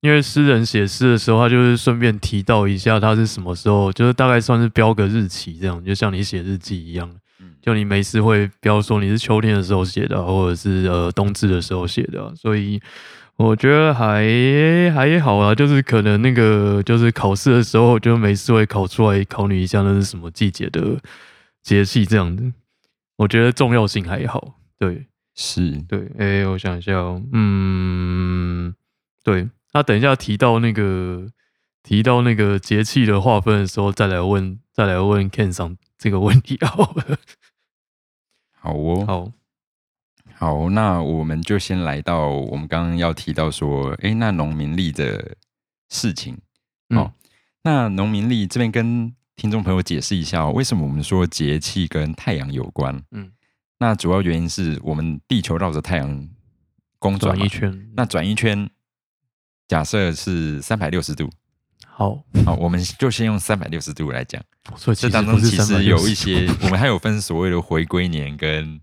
[SPEAKER 2] 因为诗人写诗的时候，他就是顺便提到一下他是什么时候，就是大概算是标个日期这样，就像你写日记一样。就你没事会标说你是秋天的时候写的啊、或者是呃冬至的时候写的啊、所以我觉得还还好啊，就是可能那个就是考试的时候就没事会考出来考你一下那是什么季节的节气这样子，我觉得重要性还好。对
[SPEAKER 1] 是
[SPEAKER 2] 对，诶、我想一下、哦，嗯，对，那等一下提到那个提到那个节气的划分的时候，再来问再来问 Ken 上这个问题好了。
[SPEAKER 1] 好哦，
[SPEAKER 2] 好，
[SPEAKER 1] 好，那我们就先来到我们刚刚要提到说，诶，那农民历的事情
[SPEAKER 2] 嗯
[SPEAKER 1] 哦。那农民历这边跟听众朋友解释一下、哦，为什么我们说节气跟太阳有关？
[SPEAKER 2] 嗯，
[SPEAKER 1] 那主要原因是我们地球绕着太阳公转
[SPEAKER 2] 转
[SPEAKER 1] 嘛
[SPEAKER 2] 一圈。
[SPEAKER 1] 那转一圈，假设是三百六十 度，
[SPEAKER 2] 好，
[SPEAKER 1] 好，我们就先用三百六十度来讲。
[SPEAKER 2] 所以
[SPEAKER 1] 这
[SPEAKER 2] 其实
[SPEAKER 1] 当
[SPEAKER 2] 不
[SPEAKER 1] 中
[SPEAKER 2] 是
[SPEAKER 1] 其实
[SPEAKER 2] 360
[SPEAKER 1] 有一些，我们还有分所谓的回归年跟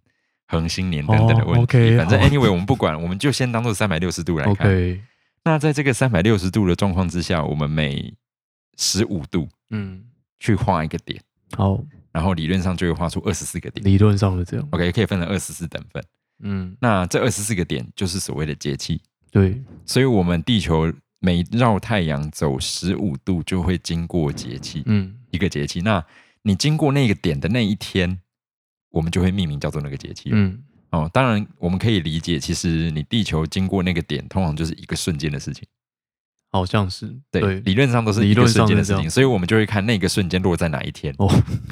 [SPEAKER 1] 恒星年等等的
[SPEAKER 2] 哦
[SPEAKER 1] 问题。
[SPEAKER 2] OK，
[SPEAKER 1] 反正
[SPEAKER 2] 好
[SPEAKER 1] anyway 我们不管，我们就先当做三百六十度来看。
[SPEAKER 2] OK，
[SPEAKER 1] 那在这个三百六十度的状况之下，我们每十五度
[SPEAKER 2] 嗯，
[SPEAKER 1] 去画一个点，
[SPEAKER 2] 好，
[SPEAKER 1] 然后理论上就会画出二十四个点。
[SPEAKER 2] 理论上是这样。
[SPEAKER 1] OK，可以分成二十四等份。
[SPEAKER 2] 嗯，
[SPEAKER 1] 那这二十四个点就是所谓的节气。
[SPEAKER 2] 对，
[SPEAKER 1] 所以我们地球每绕太阳走十五度就会经过节气，
[SPEAKER 2] 嗯，
[SPEAKER 1] 一个节气。那你经过那个点的那一天，我们就会命名叫做那个节气。
[SPEAKER 2] 嗯，
[SPEAKER 1] 哦，当然我们可以理解，其实你地球经过那个点，通常就是一个瞬间的事情。
[SPEAKER 2] 好像是
[SPEAKER 1] 对，理论上都是一个瞬间的事
[SPEAKER 2] 理论上是这
[SPEAKER 1] 情，
[SPEAKER 2] 样
[SPEAKER 1] 所以我们就会看那个瞬间落在哪一天。
[SPEAKER 2] 哦，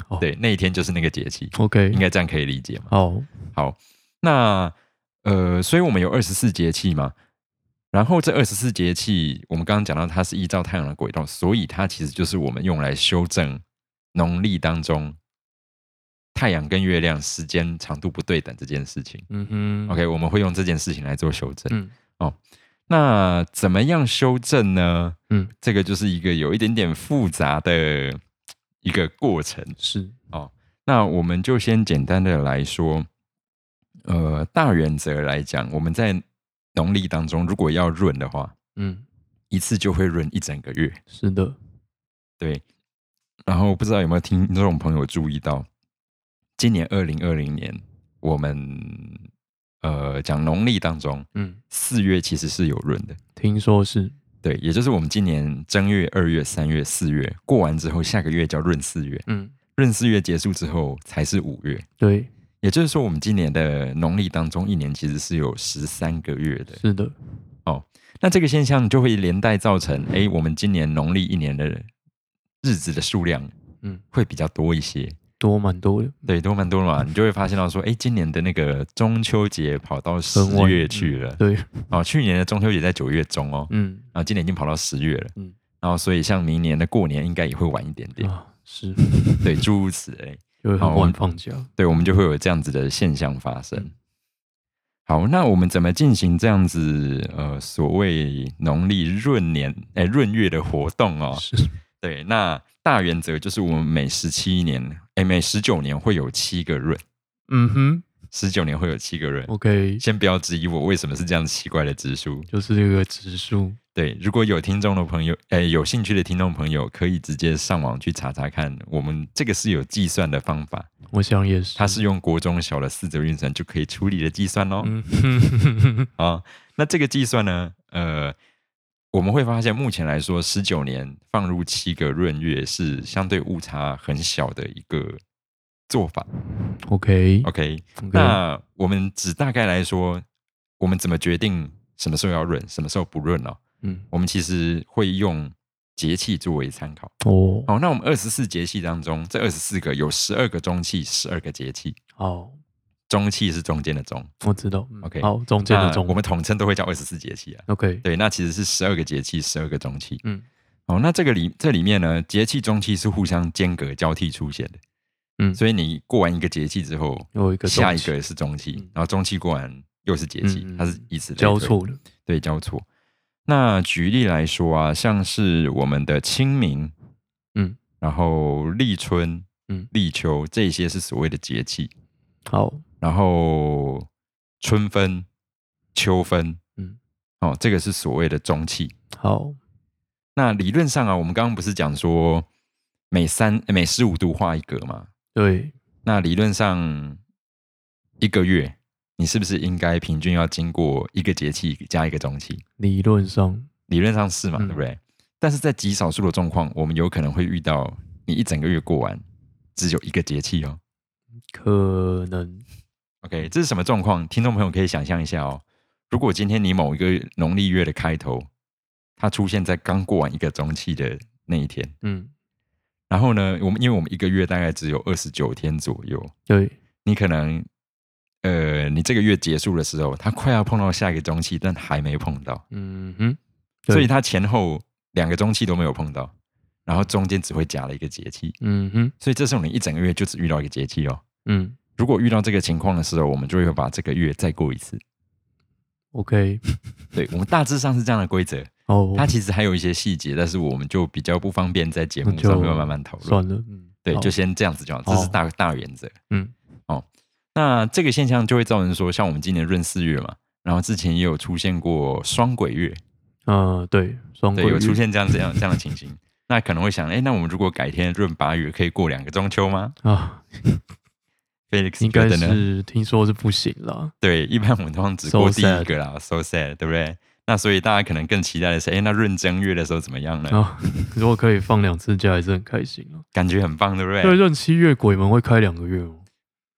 [SPEAKER 2] 好
[SPEAKER 1] 对，那一天就是那个节气，
[SPEAKER 2] ，OK，
[SPEAKER 1] 应该这样可以理解嘛？
[SPEAKER 2] 好，
[SPEAKER 1] 好，那呃，所以我们有二十四节气嘛，然后这二十四节气，我们刚刚讲到它是依照太阳的轨道，所以它其实就是我们用来修正农历当中太阳跟月亮时间长度不对等这件事情。
[SPEAKER 2] 嗯哼
[SPEAKER 1] OK，我们会用这件事情来做修正。
[SPEAKER 2] 嗯，
[SPEAKER 1] 那怎么样修正呢？
[SPEAKER 2] 嗯，
[SPEAKER 1] 这个就是一个有一点点复杂的一个过程。
[SPEAKER 2] 是，
[SPEAKER 1] 那我们就先简单的来说，呃，大原则来讲，我们在农历当中，如果要闰的话，
[SPEAKER 2] 嗯，
[SPEAKER 1] 一次就会闰一整个月。
[SPEAKER 2] 是的，
[SPEAKER 1] 对，然后不知道有没有听众朋友注意到，今年二零二零年，我们呃讲农历当中，
[SPEAKER 2] 嗯，
[SPEAKER 1] 四月其实是有闰的，
[SPEAKER 2] 听说是
[SPEAKER 1] 对，也就是我们今年正月、二月、三月、四月过完之后，下个月叫闰四月，
[SPEAKER 2] 嗯
[SPEAKER 1] 闰四月结束之后才是五月，
[SPEAKER 2] 对
[SPEAKER 1] 也就是说，我们今年的农历当中，一年其实是有十三个月的。
[SPEAKER 2] 是的，
[SPEAKER 1] 那这个现象就会连带造成，哎，我们今年农历一年的日子的数量，
[SPEAKER 2] 嗯，
[SPEAKER 1] 会比较多一些。
[SPEAKER 2] 多蛮多的，
[SPEAKER 1] 对，多蛮多嘛，你就会发现到说，哎，今年的那个中秋节跑到十
[SPEAKER 2] 很晚
[SPEAKER 1] 月去了，
[SPEAKER 2] 对，
[SPEAKER 1] 哦，去年的中秋节在九月中哦，
[SPEAKER 2] 嗯
[SPEAKER 1] 然后今年已经跑到十月了，
[SPEAKER 2] 嗯
[SPEAKER 1] 然后所以像明年的过年应该也会晚一点点，
[SPEAKER 2] 啊是，
[SPEAKER 1] 对，诸如此类，
[SPEAKER 2] 就会
[SPEAKER 1] 好
[SPEAKER 2] 很
[SPEAKER 1] 我
[SPEAKER 2] 晚
[SPEAKER 1] 们
[SPEAKER 2] 放假，
[SPEAKER 1] 对，我们就会有这样子的现象发生
[SPEAKER 2] 嗯。
[SPEAKER 1] 好，那我们怎么进行这样子呃所谓农历闰年哎闰月的活动哦？
[SPEAKER 2] 是
[SPEAKER 1] 对，那大原则就是我们每十七年哎每十九年会有七个闰，
[SPEAKER 2] 嗯哼
[SPEAKER 1] 十九年会有七个闰。
[SPEAKER 2] 哦，OK，
[SPEAKER 1] 先不要质疑我为什么是这样奇怪的指数。
[SPEAKER 2] 就是这个指数，
[SPEAKER 1] 对，如果有听众的朋友，哎，有兴趣的听众朋友，可以直接上网去查查看，我们这个是有计算的方法，
[SPEAKER 2] 我想也是，
[SPEAKER 1] 它是用国中小的四则运算就可以处理的计算哦。
[SPEAKER 2] 嗯哼，
[SPEAKER 1] 啊、那这个计算呢，呃，我们会发现，目前来说，十九年放入七个闰月是相对误差很小的一个做法。
[SPEAKER 2] OK
[SPEAKER 1] OK，
[SPEAKER 2] OK，
[SPEAKER 1] 那我们只大概来说，我们怎么决定什么时候要闰，什么时候不闰哦？
[SPEAKER 2] 嗯
[SPEAKER 1] 我们其实会用节气作为参考。
[SPEAKER 2] 哦
[SPEAKER 1] 好，那我们二十四节气当中，这二十四个有十二个中气，十二个节气。
[SPEAKER 2] 好，
[SPEAKER 1] 中气是中间的中，
[SPEAKER 2] 哦我知道嗯
[SPEAKER 1] OK，
[SPEAKER 2] 好中间的
[SPEAKER 1] 那
[SPEAKER 2] 中
[SPEAKER 1] 我们统称都会叫二十四节气啊。
[SPEAKER 2] OK，
[SPEAKER 1] 对，那其实是十二个节气，十二个中气。
[SPEAKER 2] 嗯
[SPEAKER 1] 哦，那这个里这里面呢，节气中气是互相间隔交替出现的，
[SPEAKER 2] 嗯，
[SPEAKER 1] 所以你过完一个节气之后，
[SPEAKER 2] 有一个
[SPEAKER 1] 下
[SPEAKER 2] 中
[SPEAKER 1] 一
[SPEAKER 2] 期
[SPEAKER 1] 个是中气，
[SPEAKER 2] 嗯
[SPEAKER 1] 然后中气过完又是节气，
[SPEAKER 2] 嗯嗯
[SPEAKER 1] 它是以此类推
[SPEAKER 2] 交，错的，
[SPEAKER 1] 对，交错。那举例来说啊，像是我们的清明，
[SPEAKER 2] 嗯，
[SPEAKER 1] 然后立春，
[SPEAKER 2] 嗯
[SPEAKER 1] 立秋这些是所谓的节气，
[SPEAKER 2] 好，
[SPEAKER 1] 然后春分、秋分，
[SPEAKER 2] 嗯，
[SPEAKER 1] 哦，这个是所谓的中气。
[SPEAKER 2] 好，
[SPEAKER 1] 那理论上啊，我们刚刚不是讲说每三每十五度画一格嘛？
[SPEAKER 2] 对，
[SPEAKER 1] 那理论上一个月，你是不是应该平均要经过一个节气加一个中期？
[SPEAKER 2] 理论上，
[SPEAKER 1] 理论上是嘛，
[SPEAKER 2] 嗯
[SPEAKER 1] 对不对？但是在极少数的状况，我们有可能会遇到你一整个月过完只有一个节气哦。
[SPEAKER 2] 可能
[SPEAKER 1] OK，这是什么状况？听众朋友可以想象一下哦。如果今天你某一个农历月的开头，它出现在刚过完一个中期的那一天，
[SPEAKER 2] 嗯，
[SPEAKER 1] 然后呢，我们因为我们一个月大概只有二十九天左右，
[SPEAKER 2] 对，
[SPEAKER 1] 你可能呃，你这个月结束的时候，它快要碰到下一个中期，但还没碰到，
[SPEAKER 2] 嗯哼，对
[SPEAKER 1] 所以它前后两个中期都没有碰到，然后中间只会夹了一个节气，
[SPEAKER 2] 嗯哼，
[SPEAKER 1] 所以这时候你一整个月就只遇到一个节气哦。
[SPEAKER 2] 嗯
[SPEAKER 1] 如果遇到这个情况的时候，我们就会把这个月再过一次。
[SPEAKER 2] ，OK，
[SPEAKER 1] 对我们大致上是这样的规则，
[SPEAKER 2] 哦，
[SPEAKER 1] 它其实还有一些细节，但是我们就比较不方便在节目上面慢慢讨论。
[SPEAKER 2] 算了，嗯，
[SPEAKER 1] 对，
[SPEAKER 2] 好
[SPEAKER 1] 就先这样子就好，这是大大原则。
[SPEAKER 2] 嗯，
[SPEAKER 1] 那这个现象就会造成说，像我们今年闰四月嘛，然后之前也有出现过双轨月，
[SPEAKER 2] 啊，对，双
[SPEAKER 1] 对，
[SPEAKER 2] 轨
[SPEAKER 1] 有出
[SPEAKER 2] 月，
[SPEAKER 1] 现这样这样这样的情形。那可能会想，哎，那我们如果改天闰八月，可以过两个中秋吗
[SPEAKER 2] 啊，
[SPEAKER 1] ？Felix
[SPEAKER 2] 应
[SPEAKER 1] 觉
[SPEAKER 2] 该
[SPEAKER 1] 得呢？
[SPEAKER 2] 是听说是不行啦，
[SPEAKER 1] 对，一般我们通常只
[SPEAKER 2] So
[SPEAKER 1] 过第一
[SPEAKER 2] sad
[SPEAKER 1] 个啦，so sad，对不对？那所以大家可能更期待的是，哎，那闰正月的时候怎么样呢？
[SPEAKER 2] 啊， 如果可以放两次假，还是很开心啊。
[SPEAKER 1] 感觉很棒，对不
[SPEAKER 2] 对，
[SPEAKER 1] 对？
[SPEAKER 2] 任七月鬼门会开两个月吗？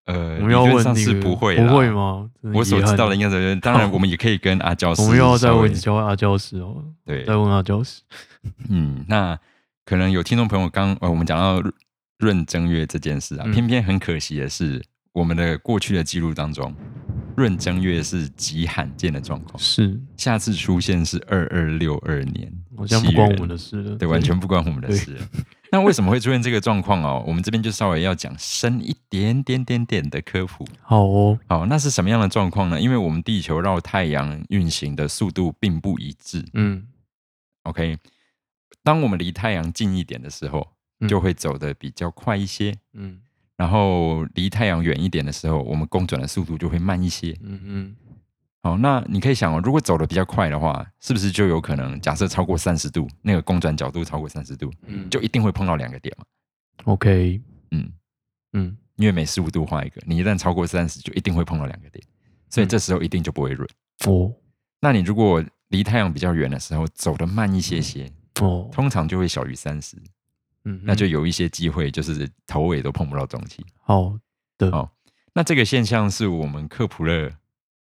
[SPEAKER 1] 呃，
[SPEAKER 2] 我们要
[SPEAKER 1] 理
[SPEAKER 2] 问
[SPEAKER 1] 论上
[SPEAKER 2] 那
[SPEAKER 1] 是
[SPEAKER 2] 个
[SPEAKER 1] 不会，
[SPEAKER 2] 不会？吗？真
[SPEAKER 1] 我所
[SPEAKER 2] 遗憾啊
[SPEAKER 1] 知道的，应该是，当然我们也可以跟阿娇师
[SPEAKER 2] 我们又要再
[SPEAKER 1] 稍微
[SPEAKER 2] 问教阿教师哦，
[SPEAKER 1] 对
[SPEAKER 2] 再问阿教师，
[SPEAKER 1] 嗯，那可能有听众朋友刚呃，我们讲到闰正月这件事啊，
[SPEAKER 2] 嗯
[SPEAKER 1] 偏偏很可惜的是，我们的过去的记录当中，闰正月是极罕见的状况，
[SPEAKER 2] 是，
[SPEAKER 1] 下次出现是二二六二年，
[SPEAKER 2] 好像不关我
[SPEAKER 1] 7
[SPEAKER 2] 们
[SPEAKER 1] 月，
[SPEAKER 2] 的事了，
[SPEAKER 1] 对，完全不关我们的
[SPEAKER 2] 对
[SPEAKER 1] 事。啊那为什么会出现这个状况哦？我们这边就稍微要讲深一点点点点的科普。
[SPEAKER 2] 好哦，
[SPEAKER 1] 好，那是什么样的状况呢？因为我们地球绕太阳运行的速度并不一致，
[SPEAKER 2] 嗯
[SPEAKER 1] OK，当我们离太阳近一点的时候，
[SPEAKER 2] 嗯
[SPEAKER 1] 就会走得比较快一些；
[SPEAKER 2] 嗯
[SPEAKER 1] 然后离太阳远一点的时候，我们公转的速度就会慢一些。
[SPEAKER 2] 嗯嗯，
[SPEAKER 1] 好，那你可以想哦，如果走得比较快的话，是不是就有可能假设超过三十度，那个公转角度超过三十度，
[SPEAKER 2] 嗯
[SPEAKER 1] 就一定会碰到两个点嘛？
[SPEAKER 2] OK，
[SPEAKER 1] 嗯，
[SPEAKER 2] 嗯，
[SPEAKER 1] 因为每十五度画一个，你一旦超过三十，就一定会碰到两个点，
[SPEAKER 2] 嗯
[SPEAKER 1] 所以这时候一定就不会润。
[SPEAKER 2] 哦
[SPEAKER 1] 那你如果离太阳比较远的时候走得慢一些些，
[SPEAKER 2] 哦，
[SPEAKER 1] 通常就会小于三十，
[SPEAKER 2] 嗯哼，
[SPEAKER 1] 那就有一些机会就是头尾都碰不到中心。
[SPEAKER 2] 好的，
[SPEAKER 1] 好那这个现象是我们克普勒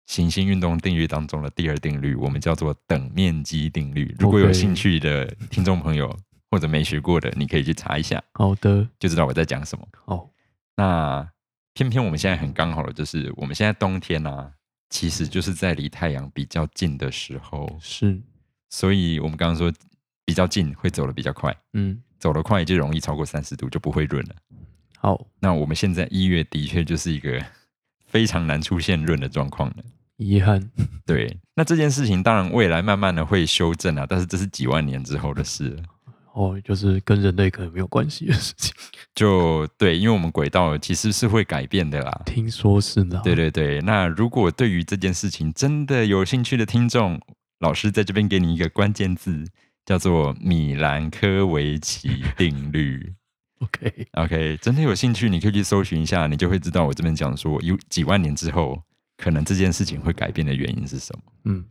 [SPEAKER 1] 行星运动定律当中的第二定律，我们叫做等面积定律。如果有
[SPEAKER 2] OK
[SPEAKER 1] 兴趣的听众朋友或者没学过的，你可以去查一下，
[SPEAKER 2] 好的，
[SPEAKER 1] 就知道我在讲什么。
[SPEAKER 2] 好，
[SPEAKER 1] 那偏偏我们现在很刚好的，就是我们现在冬天啊，其实就是在离太阳比较近的时候，
[SPEAKER 2] 是，
[SPEAKER 1] 所以我们刚刚说比较近会走得比较快，
[SPEAKER 2] 嗯，
[SPEAKER 1] 走得快就容易超过三十度，就不会润了。
[SPEAKER 2] 好，
[SPEAKER 1] 那我们现在一月的确就是一个非常难出现润的状况了。
[SPEAKER 2] 遗憾，
[SPEAKER 1] 对，那这件事情当然未来慢慢的会修正啊，但是这是几万年之后的事了。
[SPEAKER 2] 哦，就是跟人类可能没有关系的事情，
[SPEAKER 1] 就对，因为我们轨道其实是会改变的啦。
[SPEAKER 2] 听说是呢，
[SPEAKER 1] 对，对对，那如果对于这件事情真的有兴趣的听众，老师在这边给你一个关键字，叫做米兰科维奇定律。
[SPEAKER 2] ，OK，
[SPEAKER 1] OK，真的有兴趣，你可以去搜寻一下，你就会知道我这边讲说有几万年之后，可能这件事情会改变的原因是什么。
[SPEAKER 2] 嗯，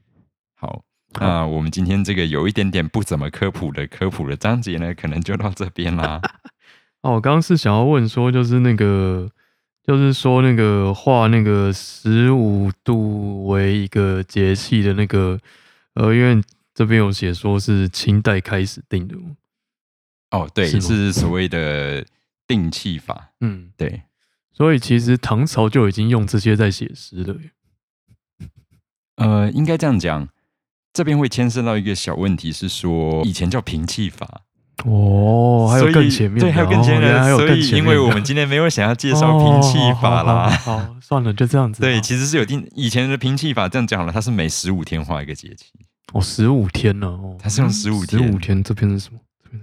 [SPEAKER 1] 好，
[SPEAKER 2] 好
[SPEAKER 1] 那我们今天这个有一点点不怎么科普的科普的章节呢，可能就到这边 啦。
[SPEAKER 2] 哦，我刚刚是想要问说，就是那个，就是说那个画那个十五度为一个节气的那个，呃，因为这边有写说是清代开始定的嘛，
[SPEAKER 1] 哦，对，
[SPEAKER 2] 是吗
[SPEAKER 1] 是所谓的定气法，
[SPEAKER 2] 嗯，
[SPEAKER 1] 对，
[SPEAKER 2] 所以其实唐朝就已经用这些在写诗了耶，嗯
[SPEAKER 1] 呃，应该这样讲。这边会牵涉到一个小问题，是说以前叫平气法，
[SPEAKER 2] 哦，还有
[SPEAKER 1] 所以
[SPEAKER 2] 更前面的，
[SPEAKER 1] 对，还有更前
[SPEAKER 2] 哦原
[SPEAKER 1] 面
[SPEAKER 2] 来还
[SPEAKER 1] 的，
[SPEAKER 2] 有
[SPEAKER 1] 所
[SPEAKER 2] 更
[SPEAKER 1] 以
[SPEAKER 2] 前面
[SPEAKER 1] 因
[SPEAKER 2] 的
[SPEAKER 1] 为我们今天没有想要介绍平气法啦，
[SPEAKER 2] 哦好好好好算了，就这样子吧。
[SPEAKER 1] 对，其实是有定以前的平气法，这样讲好了，它是每十五天画一个节气，
[SPEAKER 2] 哦，十五天呢，哦，
[SPEAKER 1] 它是用15
[SPEAKER 2] 十五
[SPEAKER 1] 天
[SPEAKER 2] 天，这边是什么？这边是什么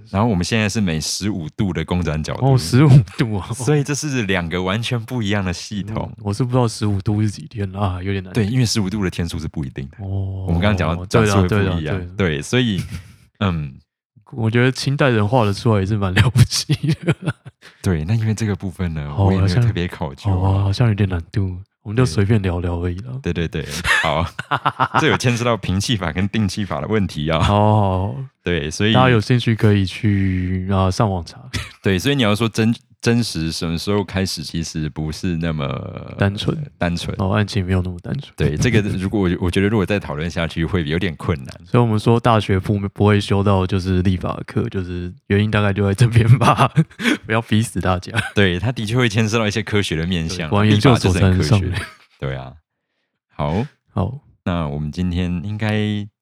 [SPEAKER 1] 然后我们现在是每十五度的公转角度，
[SPEAKER 2] 哦，十五度 啊，
[SPEAKER 1] 所以这是两个完全不一样的系统。
[SPEAKER 2] 嗯我是不知道十五度是几天啦啊，有点难。
[SPEAKER 1] 对，，因为十五度的天数是不一定的，
[SPEAKER 2] 哦，
[SPEAKER 1] 我们刚刚讲到
[SPEAKER 2] 对
[SPEAKER 1] 转
[SPEAKER 2] 啦
[SPEAKER 1] 速会
[SPEAKER 2] 对啦
[SPEAKER 1] 不一样，
[SPEAKER 2] 对啦，啊
[SPEAKER 1] 对，所以 嗯，
[SPEAKER 2] 我觉得清代人画得出来也是蛮了不起的。
[SPEAKER 1] 对，那因为这个部分呢，
[SPEAKER 2] 好
[SPEAKER 1] 我也没
[SPEAKER 2] 好
[SPEAKER 1] 有
[SPEAKER 2] 像
[SPEAKER 1] 特别考究
[SPEAKER 2] 哦，
[SPEAKER 1] 啊。
[SPEAKER 2] 好像有点难度，我们就
[SPEAKER 1] 对
[SPEAKER 2] 随便聊聊而已啦。
[SPEAKER 1] 对对 对，好，这有牵涉到平气法跟定气法的问题 啊、
[SPEAKER 2] 好好，好
[SPEAKER 1] 对，所以呃
[SPEAKER 2] 大家有兴趣可以去啊上网查，
[SPEAKER 1] 对，所以你要说真真实什么时候开始，其实不是那么
[SPEAKER 2] 单纯
[SPEAKER 1] 单纯。
[SPEAKER 2] 哦，案情没有那么单纯。
[SPEAKER 1] 对， 这个如果我我觉得如果再讨论下去会有点困难。
[SPEAKER 2] 所以我们说大学不不会修到就是立法课，就是原因大概就在这边吧， 不要逼死大家。
[SPEAKER 1] 对，它的确会牵涉到一些科学的面向，啊
[SPEAKER 2] 对果然研究所
[SPEAKER 1] 立法
[SPEAKER 2] 才能
[SPEAKER 1] 就是
[SPEAKER 2] 上
[SPEAKER 1] 很科。学。对啊，好，
[SPEAKER 2] 好
[SPEAKER 1] 那我们今天应该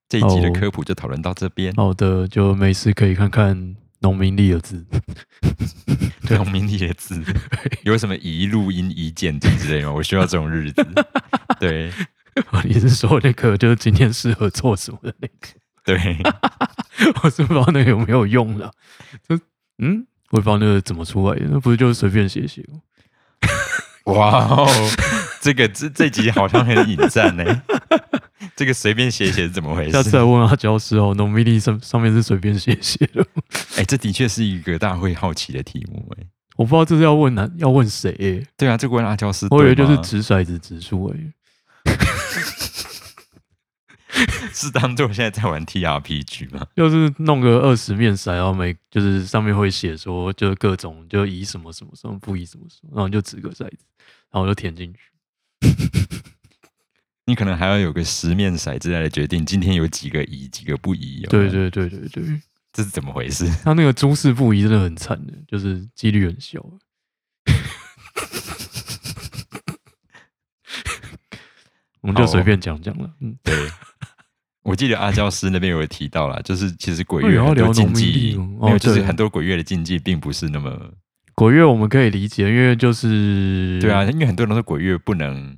[SPEAKER 1] 这一集的
[SPEAKER 2] 哦
[SPEAKER 1] 科普就讨论到这边。
[SPEAKER 2] 好的，就没事可以看看农民历的字。对
[SPEAKER 1] 农民历的字 有什么一录音一见记之类吗？我需要这种日子。对
[SPEAKER 2] 哦你是说那个就是今天适合做什么的那个？
[SPEAKER 1] 对，
[SPEAKER 2] 我是不知道那个有没有用了。就嗯，我也不知道那个怎么出来的，那不是就是随便写写吗？
[SPEAKER 1] 哇哦，这个这这集好像很引战呢、 这个随便写写是怎么回
[SPEAKER 2] 下次来
[SPEAKER 1] 事？
[SPEAKER 2] 问阿教师哦，农民历上上面是随便写写的吗。
[SPEAKER 1] 哎、这的确是一个大家会好奇的题目哎、
[SPEAKER 2] 我不知道这是要问哪要问谁耶、
[SPEAKER 1] 对啊，这个问阿娇是
[SPEAKER 2] 我以为
[SPEAKER 1] 对
[SPEAKER 2] 就
[SPEAKER 1] 吗
[SPEAKER 2] 是掷骰子掷出而已。
[SPEAKER 1] 是当做现在在玩 TRPG 吗？
[SPEAKER 2] 就是弄个二十面骰，然后每就是上面会写说，就是各种就以什么什么什么不以什么什么，然后你就掷个骰子，然后就填进去。
[SPEAKER 1] 你可能还要有个十面骰子来决定今天有几个宜，几个不宜、哦。
[SPEAKER 2] 对，对对对对，
[SPEAKER 1] 这是怎么回事？
[SPEAKER 2] 他那个诸事不宜真的很惨的，就是几率很小。
[SPEAKER 1] 哦
[SPEAKER 2] 我们就随便讲讲了，嗯，
[SPEAKER 1] 对，我记得阿娇师那边有提到啦，就是其实鬼
[SPEAKER 2] 哎
[SPEAKER 1] 月
[SPEAKER 2] 要
[SPEAKER 1] 很
[SPEAKER 2] 聊
[SPEAKER 1] 多
[SPEAKER 2] 农
[SPEAKER 1] 禁
[SPEAKER 2] 民历
[SPEAKER 1] 忌，
[SPEAKER 2] 哦
[SPEAKER 1] 没有，
[SPEAKER 2] 哦
[SPEAKER 1] 就是
[SPEAKER 2] 对
[SPEAKER 1] 很多鬼月的禁忌并不是那么
[SPEAKER 2] 鬼月我们可以理解，因为就是
[SPEAKER 1] 对啊，，因为很多人说鬼月不能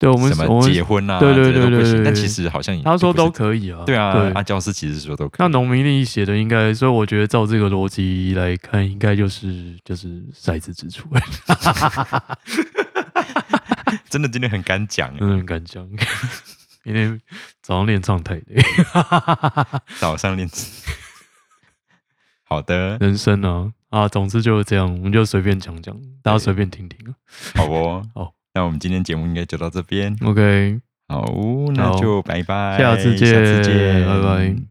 [SPEAKER 2] 对我们
[SPEAKER 1] 什
[SPEAKER 2] 我
[SPEAKER 1] 么结
[SPEAKER 2] 们
[SPEAKER 1] 婚啊，
[SPEAKER 2] 对
[SPEAKER 1] 这
[SPEAKER 2] 对
[SPEAKER 1] 些都
[SPEAKER 2] 对
[SPEAKER 1] 不
[SPEAKER 2] 对对
[SPEAKER 1] 行。但
[SPEAKER 2] 对
[SPEAKER 1] 其实好像也
[SPEAKER 2] 他说
[SPEAKER 1] 并不
[SPEAKER 2] 都
[SPEAKER 1] 是
[SPEAKER 2] 可以啊，
[SPEAKER 1] 对啊，
[SPEAKER 2] 对
[SPEAKER 1] 阿娇师其实说都可
[SPEAKER 2] 那
[SPEAKER 1] 以。
[SPEAKER 2] 农民历写的应该，所以我觉得照这个逻辑来看，应该就是就是骰子指出来，
[SPEAKER 1] 真的今天很敢讲欸，
[SPEAKER 2] 嗯，敢 讲。明天早上练唱太累，
[SPEAKER 1] 早上练。好的，
[SPEAKER 2] 人生啊，啊，总之就是这样，我们就随便讲讲，大家随便听听啊。
[SPEAKER 1] 好哦，
[SPEAKER 2] 好，
[SPEAKER 1] 那我们今天节目应该就到这边，
[SPEAKER 2] OK，
[SPEAKER 1] 好，那
[SPEAKER 2] 好
[SPEAKER 1] 就拜拜，
[SPEAKER 2] 下次
[SPEAKER 1] 哎下次
[SPEAKER 2] 见
[SPEAKER 1] 见，
[SPEAKER 2] 拜拜。